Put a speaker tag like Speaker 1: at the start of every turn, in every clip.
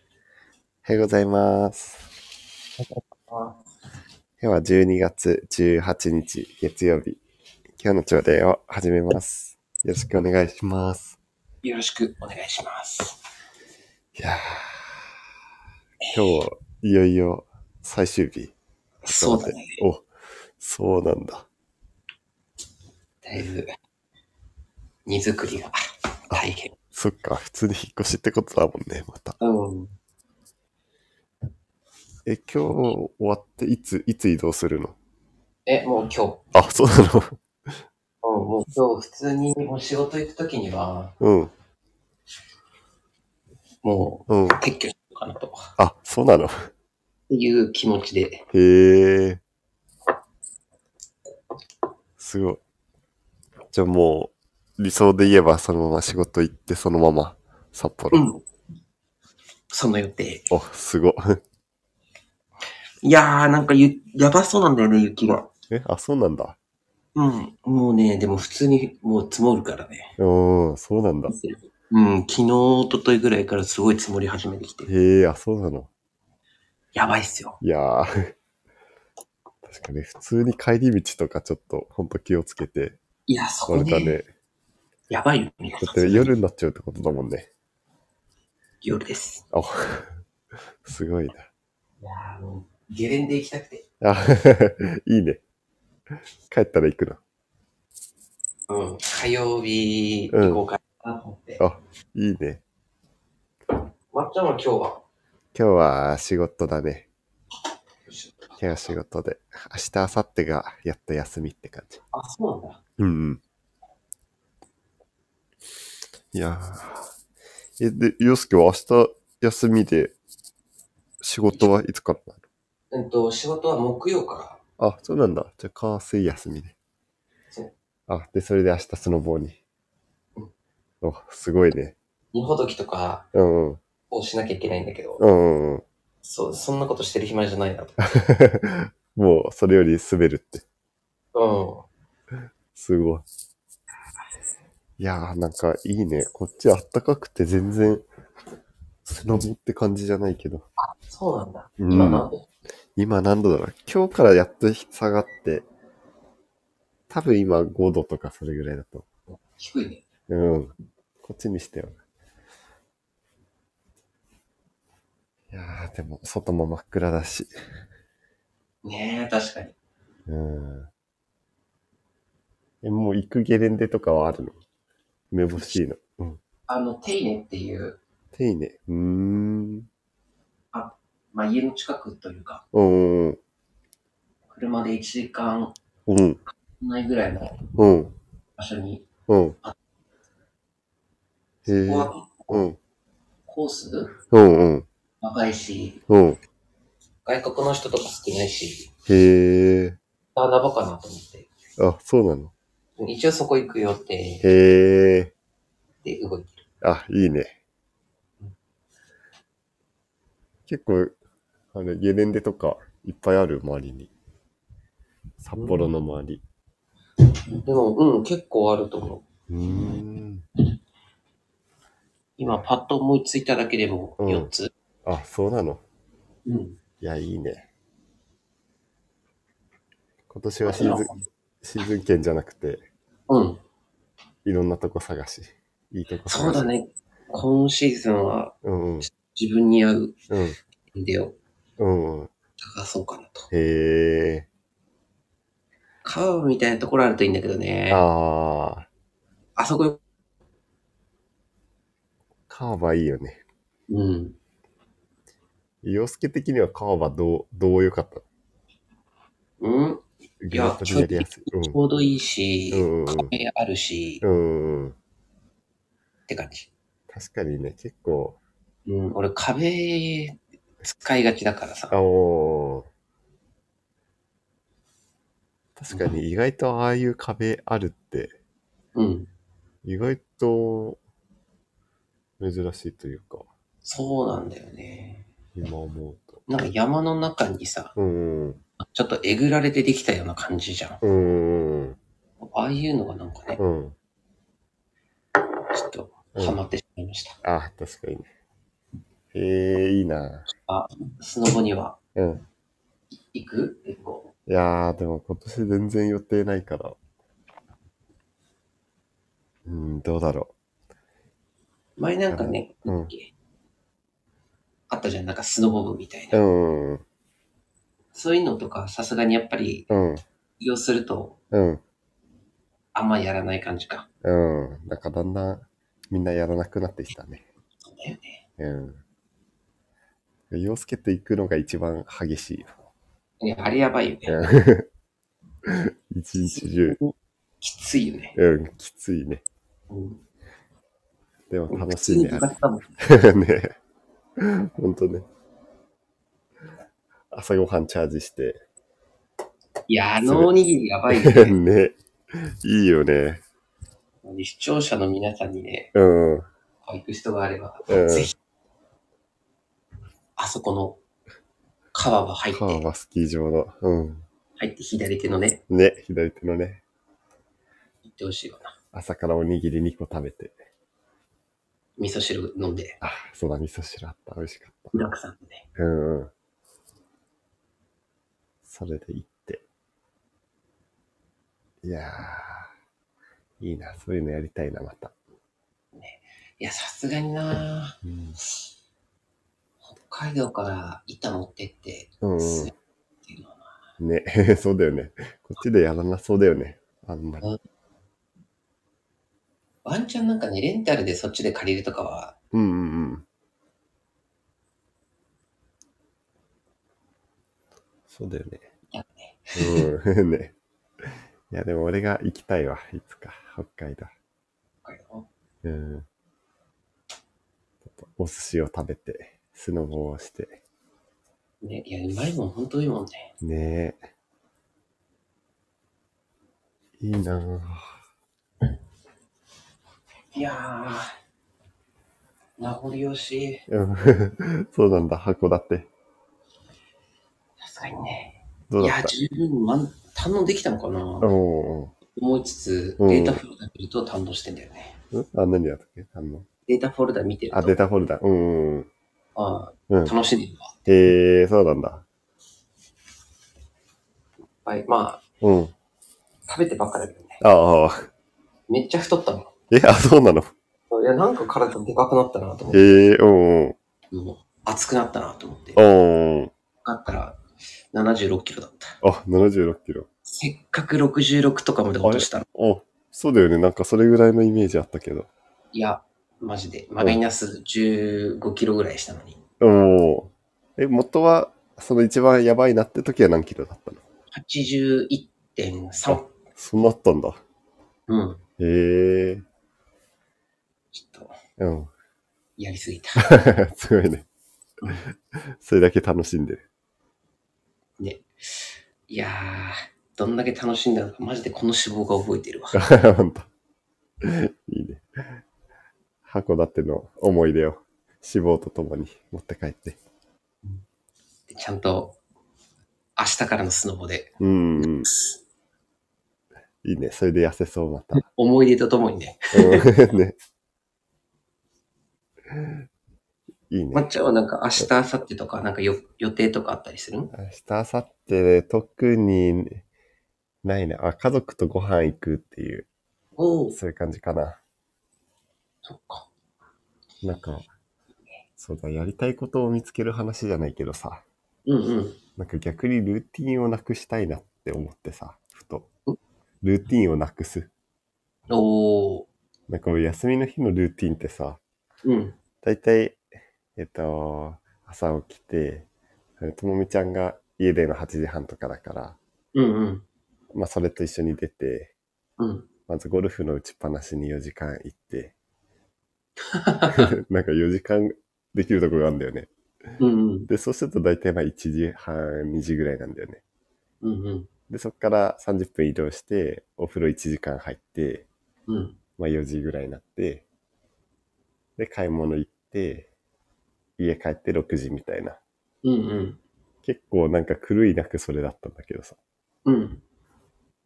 Speaker 1: おはようございます。今日は12月18日月曜日。今日の朝礼を始めます。よろしくお願いします。
Speaker 2: よろしくお願いします。
Speaker 1: いやー今日、いよいよ最終日。
Speaker 2: そうだね。
Speaker 1: お、そうなんだ。
Speaker 2: だいぶ、荷造りが大変。
Speaker 1: そっか、普通に引っ越しってことだもんね、また。
Speaker 2: うん。
Speaker 1: え、今日終わっていつ、いつ移動するの
Speaker 2: え、もう今日、うん、
Speaker 1: あ、そうなの
Speaker 2: もう今日普通にお仕事行くときには、
Speaker 1: うん、
Speaker 2: も
Speaker 1: うん
Speaker 2: う。撤去しようかなと。っ
Speaker 1: あ、そうなの
Speaker 2: ていう気持ちで、
Speaker 1: へえ。すごい。じゃあもう、理想で言えばそのまま仕事行ってそのまま札幌。
Speaker 2: うん。その予定。
Speaker 1: お、すごい。
Speaker 2: いやー、なんかゆ、やばそうなんだよね、雪が。
Speaker 1: え、あ、そうなんだ。
Speaker 2: うん。もうね、でも普通にもう積もるからね。
Speaker 1: うん、そうなんだ。
Speaker 2: うん、昨日、一昨日ぐらいからすごい積もり始めてきて。
Speaker 1: へえ、あ、そうなの。
Speaker 2: やばいっすよ。
Speaker 1: いやー。 確かに、普通に帰り道とかちょっと、ほんと気をつけて、
Speaker 2: いや、そこ
Speaker 1: 割れた
Speaker 2: ね、
Speaker 1: ね。
Speaker 2: やばいよね。
Speaker 1: だって夜になっちゃうってことだもんね。
Speaker 2: 夜です。
Speaker 1: あ、 すごい
Speaker 2: いやーもうゲレンデ行きたくて。
Speaker 1: な。あ、 いいね。帰ったら行くな。
Speaker 2: うん。火曜日行こうかなと思って。
Speaker 1: あいいね。
Speaker 2: まっちゃんは今日は
Speaker 1: 今日は仕事だね。
Speaker 2: よし
Speaker 1: 今日は仕事で。明日、明後日がやっと休みって感じ。
Speaker 2: あ、そうなんだ。
Speaker 1: うんうん。いやー。え、で、洋介は明日休みで仕事はいつからな
Speaker 2: うんと、仕事は木曜から。
Speaker 1: のあ、そうなんだ。じゃあ、火水休みで
Speaker 2: そう。
Speaker 1: あ、で、それで明日スノボーに
Speaker 2: うん。
Speaker 1: お、すごいね。
Speaker 2: 二ほどきとか
Speaker 1: うんうん。
Speaker 2: をしなきゃいけないんだけど、
Speaker 1: うんうんうん。
Speaker 2: そう、そんなことしてる暇じゃないな
Speaker 1: もう、それより滑るって。
Speaker 2: と。
Speaker 1: すごい。いやー、なんかいいね。こっちあったかくて全然、スノボって感じじゃないけど。
Speaker 2: うん。そうなんだ。
Speaker 1: うん
Speaker 2: 今なんで、
Speaker 1: 今何度だろう今日からやっと下がって、多分今5度とかそれぐらいだと。
Speaker 2: 低いね。
Speaker 1: うん。こっちにしてよ。いやー、でも外も真っ暗だし。
Speaker 2: ねえ、確かに。
Speaker 1: うん。え、もう行くゲレンデとかはあるのめぼしいの。うん。
Speaker 2: あの、テイネっていう、
Speaker 1: ていね。うーん。
Speaker 2: まあ、家の近くというか、
Speaker 1: うん。
Speaker 2: 車で1時間
Speaker 1: うん。
Speaker 2: ないぐらいの
Speaker 1: うん。
Speaker 2: 場所に、
Speaker 1: うん。へ
Speaker 2: こ
Speaker 1: え
Speaker 2: こ。は
Speaker 1: うん。
Speaker 2: コース
Speaker 1: うん。うん。
Speaker 2: 若いし、
Speaker 1: うん。
Speaker 2: 外国の人とか少ないし、
Speaker 1: へえ。
Speaker 2: 穴場かなと思って。
Speaker 1: あ、そうなの
Speaker 2: 一応そこ行く予定
Speaker 1: へえ。
Speaker 2: で動いてる。
Speaker 1: あ、いいね。結構、あれ、ゲレンデとかいっぱいある、周りに。札幌の周り。
Speaker 2: でも、うん、結構あると思う。
Speaker 1: うん。
Speaker 2: 今、パッと思いついただけでも
Speaker 1: うん
Speaker 2: 4つ。
Speaker 1: あ、そうなの。
Speaker 2: うん。
Speaker 1: いや、いいね。今年はシーズン、シーズン券じゃなくて、
Speaker 2: うん。
Speaker 1: いろんなとこ探し。いいとこ探し。
Speaker 2: そうだ。ね。今シーズンは
Speaker 1: うんうん。
Speaker 2: 自分に合う
Speaker 1: うん。
Speaker 2: インデを
Speaker 1: うんうん。
Speaker 2: 探そうかなと。
Speaker 1: へ
Speaker 2: カーブみたいなところあるといいんだけど
Speaker 1: え。
Speaker 2: ね。あ
Speaker 1: ああ。
Speaker 2: そこよ。
Speaker 1: カーバいいよね。
Speaker 2: うん。
Speaker 1: 洋介的にはカーバどう、どう良かった
Speaker 2: うん。
Speaker 1: グランプリやりやすい。
Speaker 2: ちょうどいいし、
Speaker 1: うんうんうん
Speaker 2: 壁あるし、
Speaker 1: うん。うんうん。
Speaker 2: って感じ。
Speaker 1: 確かにね、結構、
Speaker 2: うん。俺、壁使いがちだからさ
Speaker 1: あ。の確かに意外とああいう壁あるって、
Speaker 2: うん。
Speaker 1: 意外と珍しいというか、
Speaker 2: そうなんだよね。
Speaker 1: 今思うと。
Speaker 2: なんか山の中にさ、
Speaker 1: うんうん。
Speaker 2: ちょっとえぐられてできたような感じじゃん。
Speaker 1: うんうん
Speaker 2: ああいうのがなんかね、
Speaker 1: うん。うん。
Speaker 2: ちょっとハマってしまいました。
Speaker 1: あ、確かにね。ええいいな。
Speaker 2: スノボには
Speaker 1: うん。
Speaker 2: 行く結構。
Speaker 1: いやー、でも今年全然予定ないから。うん、どうだろ
Speaker 2: 前なんかね、
Speaker 1: うん。
Speaker 2: なんだっけあったじゃん、なんかスノボ部みたいうな。
Speaker 1: うん、うん、
Speaker 2: そういうのとか、さすがにやっぱり、
Speaker 1: うん、
Speaker 2: 利用すると、
Speaker 1: うん、
Speaker 2: あんまやらない感じか。
Speaker 1: うん。なんかだんだんみんなやらなくなってきたね。
Speaker 2: そうだよね。
Speaker 1: うん。洋介と行くのが一番激しいよ。
Speaker 2: いやあれやばいよね。
Speaker 1: うん一日中、
Speaker 2: きついよね。
Speaker 1: うん、きついね。
Speaker 2: うん、
Speaker 1: でも楽
Speaker 2: 普
Speaker 1: し
Speaker 2: 通
Speaker 1: い
Speaker 2: に
Speaker 1: ね
Speaker 2: 部。活だもん。
Speaker 1: ねほんとね。朝ごはんチャージして。
Speaker 2: いや、あのおにぎりやばいよね。
Speaker 1: ね。いいよね。
Speaker 2: 視聴者の皆さんにね、
Speaker 1: うん。うん。
Speaker 2: 行く人があれば、
Speaker 1: うん
Speaker 2: ぜひ、あそこの川は入って、
Speaker 1: 川はスキー場の。うん。
Speaker 2: 入って左手のね、
Speaker 1: ね、左手のね。
Speaker 2: 行ってほしいわな。
Speaker 1: 朝からおにぎり2個食べて。
Speaker 2: 味噌汁飲んで、
Speaker 1: あ、そうだ、味噌汁あった。美味しかっ
Speaker 2: 具だくさんでね。
Speaker 1: た。うんうん。それで行って。いやー。いいな。そういうのやりたいな、また。
Speaker 2: いや、さすがにな
Speaker 1: うん。
Speaker 2: 北海道から板持ってって、
Speaker 1: うん、
Speaker 2: す
Speaker 1: う
Speaker 2: るっていうのはな、
Speaker 1: ん。ね、 そうだよね。こっちでやらなそうだよね。あんまり。
Speaker 2: ワンチャンなんかね、レンタルでそっちで借りるとかは、
Speaker 1: うんうんうん。そうだよね。
Speaker 2: やだね。
Speaker 1: うん、 ね。いや、でも俺が行きたいわ。いつか、北海道。
Speaker 2: 北海道
Speaker 1: うん。ちょっとお寿司を食べて、スノボをして。
Speaker 2: ね、いや、うまいもん、本当いいもんね。
Speaker 1: ねえ。いいなぁ。
Speaker 2: いやー、名残惜しい。
Speaker 1: うん、 そうなんだ、函館。
Speaker 2: さすがにね。
Speaker 1: どう
Speaker 2: い
Speaker 1: だっ
Speaker 2: や、
Speaker 1: た
Speaker 2: 十分満堪能できたのかな、
Speaker 1: お
Speaker 2: 思いつつ、
Speaker 1: うん
Speaker 2: データフォルダ見ると堪能してんだよね。
Speaker 1: ーんあ、何やったっけあの、
Speaker 2: データフォルダ見てると、
Speaker 1: あ、データフォルダ。うんうんうん。
Speaker 2: ああ
Speaker 1: うん
Speaker 2: 楽しんでるわ。
Speaker 1: へえ、そうなんだ。
Speaker 2: はい、まあ、
Speaker 1: うん。
Speaker 2: 食べてばっかだけどね。
Speaker 1: ああ。
Speaker 2: めっちゃ太ったも
Speaker 1: え、あ、そうなの
Speaker 2: ん。いや、なんか体でかくなったなと思って、
Speaker 1: ええ、うんうん。
Speaker 2: もう熱くなったなと思って、
Speaker 1: う
Speaker 2: か
Speaker 1: んうん。
Speaker 2: ったら76キロだった。
Speaker 1: あ、76キロ。
Speaker 2: せっかく66とかまで落としたの。
Speaker 1: お、そうだよね。なんかそれぐらいのイメージあったけど。
Speaker 2: いや、マジで、マイナス15キロぐらいしたのに、
Speaker 1: おお。え、元は、その一番やばいなって時は何キロだったの
Speaker 2: 81.3。
Speaker 1: そうなったんだ。
Speaker 2: うん。
Speaker 1: へえ。
Speaker 2: ちょっと、
Speaker 1: うん。
Speaker 2: やりすぎた。
Speaker 1: すごいね。それだけ楽しんでる。
Speaker 2: ね。いやー、どんだけ楽しんだのか、マジでこの脂肪が覚えてるわ。
Speaker 1: ほんと。いいね。函館の思い出を脂肪とともに持って帰って。
Speaker 2: ちゃんと、明日からのスノボで、
Speaker 1: うんうん。いいね。それで痩せそう、また。
Speaker 2: 思い出とともにね、
Speaker 1: うん ね。いいね。
Speaker 2: ま
Speaker 1: 明
Speaker 2: っちゃんはなんか明日、明後日とか、なんかよ予定とかあったりするん
Speaker 1: 日、明後日で特にないね。あ、家族とご飯行くっていう、
Speaker 2: おお、
Speaker 1: そういう感じかな。
Speaker 2: そっか。
Speaker 1: なんか、そうだ、やりたいことを見つける話じゃないけどさ、
Speaker 2: うんうん。
Speaker 1: なんか逆にルーティンをなくしたいなって思ってさ、ふと。ルーティンをなくす。
Speaker 2: おお、
Speaker 1: なんかもう休みの日のルーティンってさ、
Speaker 2: うん。
Speaker 1: 大体、えっと、朝起きて、ともみちゃんが家出るの8時半とかだから、
Speaker 2: うんうん。
Speaker 1: まあそれと一緒に出て、
Speaker 2: うん。
Speaker 1: まずゴルフの打ちっぱなしに4時間行って、なんか4時間できるところがあるんだよね。
Speaker 2: うんうん。
Speaker 1: で、そうすると大体まあ1時半、2時ぐらいなんだよね。
Speaker 2: うんうん。
Speaker 1: で、そこから30分移動して、お風呂1時間入って、
Speaker 2: うん。
Speaker 1: まあ4時ぐらいになって、で、買い物行って、家帰って6時みたいな。
Speaker 2: うんうん。
Speaker 1: 結構なんか狂いなくそれだったんだけどさ。
Speaker 2: うん。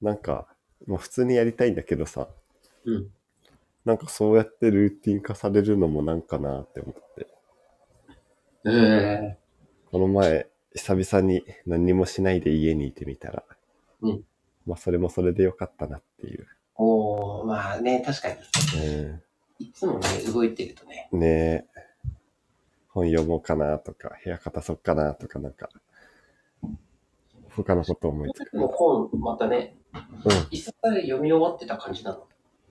Speaker 1: なんか、まあ普通にやりたいんだけどさ、
Speaker 2: うん。
Speaker 1: なんかそうやってルーティン化されるのもなんかなって思って。
Speaker 2: ええ
Speaker 1: この前、久々に何もしないで家にいてみたら、
Speaker 2: うん
Speaker 1: まあ、それもそれでよかったなっていう。
Speaker 2: おー、まあね、確かに。いつもね、動いてるとね。
Speaker 1: うん、ねえ、本読もうかなとか、部屋片そっかなとか、なんか、他のこと思いつく。
Speaker 2: もう本、またね、
Speaker 1: うん。
Speaker 2: 一冊読み終わってた感じな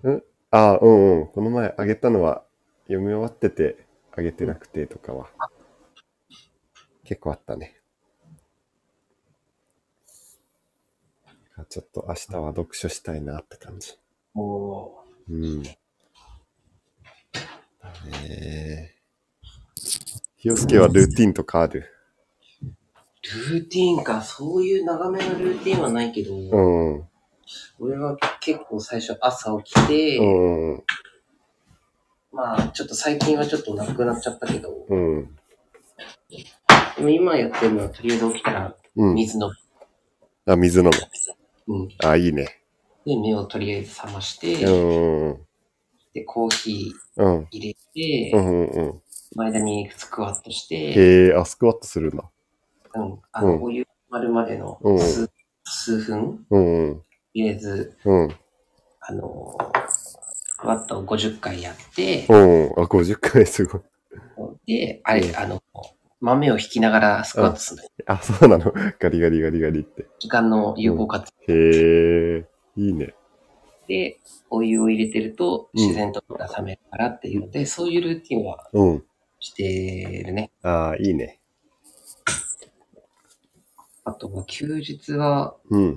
Speaker 2: の。
Speaker 1: ああ、うんうん。この前あげたのは、読み終わってて、あげてなくてとかは、結構あったね。ちょっと明日は読書したいなって感じ。
Speaker 2: お
Speaker 1: うん。だねひよすけはルーティンとかある
Speaker 2: ー、ルーティーンか、そういう長めのルーティーンはないけど、
Speaker 1: うん。うん
Speaker 2: 俺は結構最初朝起きて、
Speaker 1: うん
Speaker 2: まあちょっと最近はちょっとなくなっちゃったけど、
Speaker 1: うん。
Speaker 2: でも今やってるのはとりあえず起きたら
Speaker 1: うん。
Speaker 2: 水飲む。
Speaker 1: あ、水飲む。
Speaker 2: うん。で、
Speaker 1: あ、いいね。
Speaker 2: 目をとりあえず覚まして、
Speaker 1: うん。うん。
Speaker 2: で、コーヒ
Speaker 1: うん。
Speaker 2: ー入れて、
Speaker 1: うん。うん。
Speaker 2: 前田にスクワットして、
Speaker 1: へえ、あ、スクワットするんだ。
Speaker 2: うん、あ
Speaker 1: うん
Speaker 2: の、お湯まるまでの
Speaker 1: うん
Speaker 2: 数,、数分、
Speaker 1: うん。うん。
Speaker 2: 入れず、
Speaker 1: うん。
Speaker 2: あのー、スクワットを50回やって、
Speaker 1: うん。あ、50回すごい。
Speaker 2: で、あれ、あの、豆を引きながらスクワットするの。
Speaker 1: あ、そうなの。ガリガリガリガリって。
Speaker 2: 時間の有効活用
Speaker 1: へえ、いいね。
Speaker 2: で、お湯を入れてると
Speaker 1: うん
Speaker 2: 自然と目が覚めるからっていうので、そういうルーティンは
Speaker 1: うん。
Speaker 2: してるね。
Speaker 1: ああ、いいね。
Speaker 2: あとは休日は
Speaker 1: うん。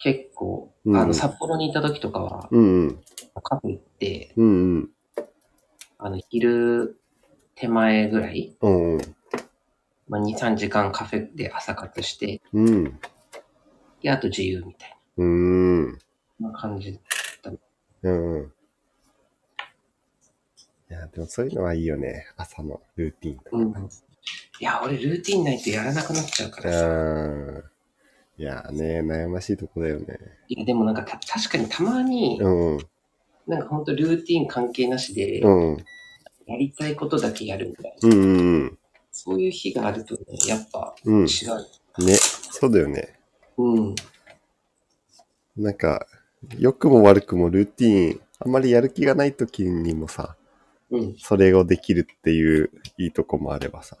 Speaker 2: 結構、
Speaker 1: うん
Speaker 2: あの、札幌にいた時とかは
Speaker 1: うんうん。
Speaker 2: カフェ行って、
Speaker 1: うんうん。
Speaker 2: あの、昼手前ぐらい、
Speaker 1: うんうん。
Speaker 2: まあ、2、3時間カフェで朝活して、
Speaker 1: うん。
Speaker 2: で、あと自由みたいう
Speaker 1: ーん。
Speaker 2: な感じ。
Speaker 1: うんうん。いや、でもそういうのはいいよね。朝のルーティンとか。
Speaker 2: うん。いや、俺ルーティンないとやらなくなっちゃうからさ。
Speaker 1: ああ。いやね、悩ましいとこだよね。
Speaker 2: いや、でもなんかた確かにたまに、
Speaker 1: うんうん。
Speaker 2: なんかほんとルーティン関係なしで、
Speaker 1: うん。
Speaker 2: やりたいことだけやるみたい
Speaker 1: う
Speaker 2: な。
Speaker 1: んうん
Speaker 2: そういう日があるとね、やっぱ
Speaker 1: うん。うん。
Speaker 2: 違う。
Speaker 1: ね、そうだよね。
Speaker 2: うん。
Speaker 1: なんか、良くも悪くもルーティーン、あんまりやる気がない時にもさ、
Speaker 2: うん。
Speaker 1: それをできるっていういいとこもあればさ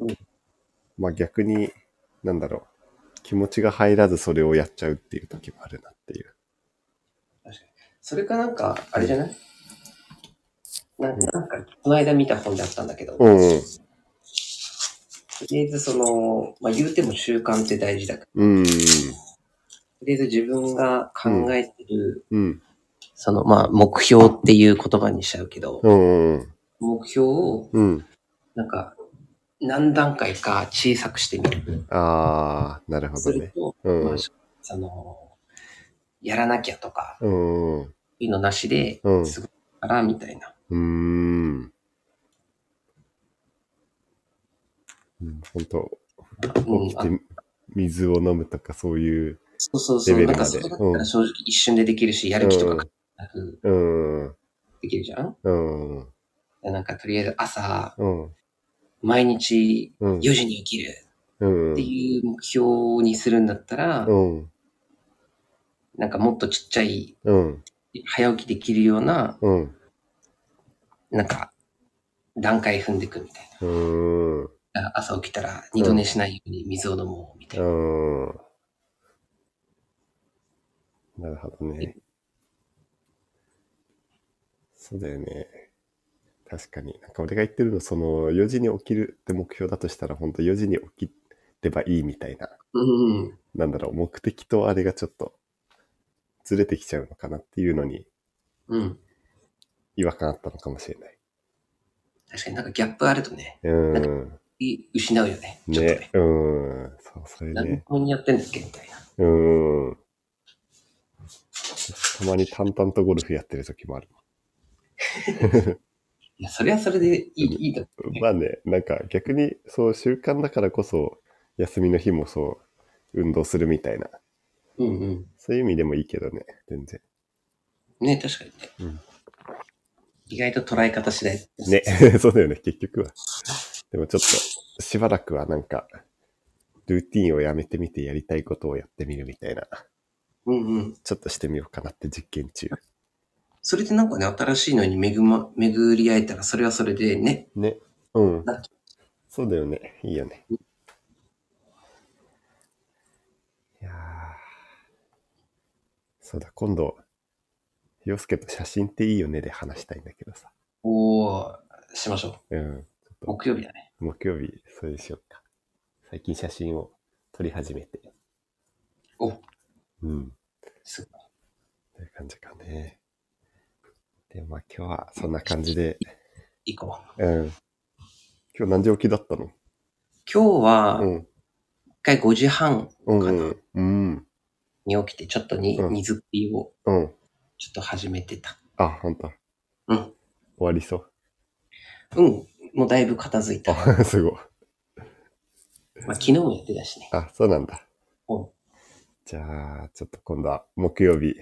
Speaker 2: うん。
Speaker 1: まあ逆に、なんだろう。気持ちが入らずそれをやっちゃうっていう時もあるなっていう。
Speaker 2: それかなんか、あれじゃないなんか、なんかこの間見た本だったんだけ
Speaker 1: う
Speaker 2: ど、
Speaker 1: ん
Speaker 2: と
Speaker 1: うん。
Speaker 2: りあえずその、まあ、言うても習慣って大事だから、
Speaker 1: うん
Speaker 2: とりあえず自分が考えてる、
Speaker 1: うん。
Speaker 2: その、まあ、目標っていう言葉にしちゃうけど、
Speaker 1: うん。うん。
Speaker 2: 目標を、
Speaker 1: うん。
Speaker 2: なんか、何段階か小さくしてみる。
Speaker 1: あー、なるほ
Speaker 2: す
Speaker 1: ど
Speaker 2: る
Speaker 1: ね。
Speaker 2: と、
Speaker 1: うん
Speaker 2: まあ、その、やらなきゃとか、
Speaker 1: うん。う
Speaker 2: いうのなしで、
Speaker 1: うん
Speaker 2: すぐから、みたいな。
Speaker 1: ーん。うん、本当
Speaker 2: うん
Speaker 1: 起き
Speaker 2: あ
Speaker 1: て水を飲むとかそういう。
Speaker 2: そうそうそう。
Speaker 1: レベ
Speaker 2: な
Speaker 1: ル
Speaker 2: ん
Speaker 1: ま
Speaker 2: か
Speaker 1: で
Speaker 2: それだったら正直一瞬でできるし、やる気とかなく
Speaker 1: うん。
Speaker 2: できるじゃん、
Speaker 1: うん。
Speaker 2: なんかとりあえず朝、
Speaker 1: うん。
Speaker 2: 毎日
Speaker 1: うん。
Speaker 2: 4時に起きる
Speaker 1: うん。
Speaker 2: っていう目標にするんだったら、
Speaker 1: うん。
Speaker 2: なんかもっとちっちゃい、
Speaker 1: うん。
Speaker 2: 早起きできるような、
Speaker 1: うん。
Speaker 2: なんか、段階踏んでいくみたい
Speaker 1: うん。
Speaker 2: な。朝起きたら二度寝しないように水を飲もうみたいな。
Speaker 1: うん。なるほどね。そうだよね。確かに。なんか俺が言ってるの、その、4時に起きるって目標だとしたら、本当4時に起きればいいみたいな、
Speaker 2: うんうん。
Speaker 1: なんだろう、目的とあれがちょっと、ずれてきちゃうのかなっていうのに
Speaker 2: うん。
Speaker 1: 違和感あったのかもしれない。
Speaker 2: 確かになんかギャップあるとね、
Speaker 1: うん。
Speaker 2: い失うよね。ちょっと
Speaker 1: ね
Speaker 2: ね。。
Speaker 1: うん。そう、それ
Speaker 2: 何
Speaker 1: ね。
Speaker 2: こにやってんだっけみたいな。
Speaker 1: うん。たまに淡々とゴルフやってる時もある。
Speaker 2: いや、それはそれでいい、いいと思
Speaker 1: まあね、なんか逆にそう習慣だからこそ休みの日もそう運動するみたいな、
Speaker 2: う。うんうん。
Speaker 1: そういう意味でもいいけどね、全然。
Speaker 2: ね、確かにね。
Speaker 1: うん
Speaker 2: 意外と捉え方次第。
Speaker 1: ね、そうだよね、結局は。でもちょっと、しばらくはなんか、ルーティンをやめてみてやりたいことをやってみるみたいな、
Speaker 2: うんうん。
Speaker 1: ちょっとしてみようかなって実験中。
Speaker 2: それでなんかね、新しいのに巡,、ま、巡り合えたら、それはそれでね、
Speaker 1: ね。うん。そうだよね。いいよね。いやーそうだ、今度、洋介と写真っていいよねで話したいんだけどさ。
Speaker 2: おー、しましょ
Speaker 1: うん。
Speaker 2: う。木曜日だね。
Speaker 1: 木曜日、それにしようか。最近写真を撮り始めて。
Speaker 2: お
Speaker 1: うん。
Speaker 2: すごい。
Speaker 1: という感じかね。で、まあ今日はそんな感じで。
Speaker 2: 行こう。
Speaker 1: うん。今日何時起きだったの
Speaker 2: 今日は、
Speaker 1: うん。
Speaker 2: 一回5時半
Speaker 1: うん
Speaker 2: かな、
Speaker 1: うん。
Speaker 2: に起きて、ちょっとに、
Speaker 1: うん
Speaker 2: 荷造りを
Speaker 1: うん。うん。
Speaker 2: ちょっと始めてた。
Speaker 1: あ、ほんと。
Speaker 2: うん
Speaker 1: 終わりそう。
Speaker 2: うん、もうだいぶ片付いた。
Speaker 1: あ、すごい。
Speaker 2: まあ、昨日もやってたしね。
Speaker 1: あ、そうなんだ。
Speaker 2: うん
Speaker 1: じゃあ、ちょっと今度は木曜日、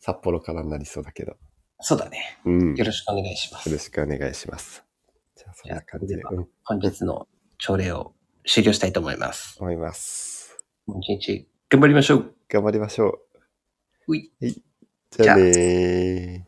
Speaker 1: 札幌からになりそうだけど。
Speaker 2: そうだね。
Speaker 1: うん。
Speaker 2: よ
Speaker 1: よ
Speaker 2: ろしくお願いします。
Speaker 1: ろしくお願いします。じゃあ、そんな感じで、
Speaker 2: じゃあ
Speaker 1: うん、
Speaker 2: 本日の朝礼を終了したいと思います。
Speaker 1: 思います。
Speaker 2: もう一日頑張りましょう
Speaker 1: 頑張りましょう。
Speaker 2: ほい
Speaker 1: はい。じゃあねー。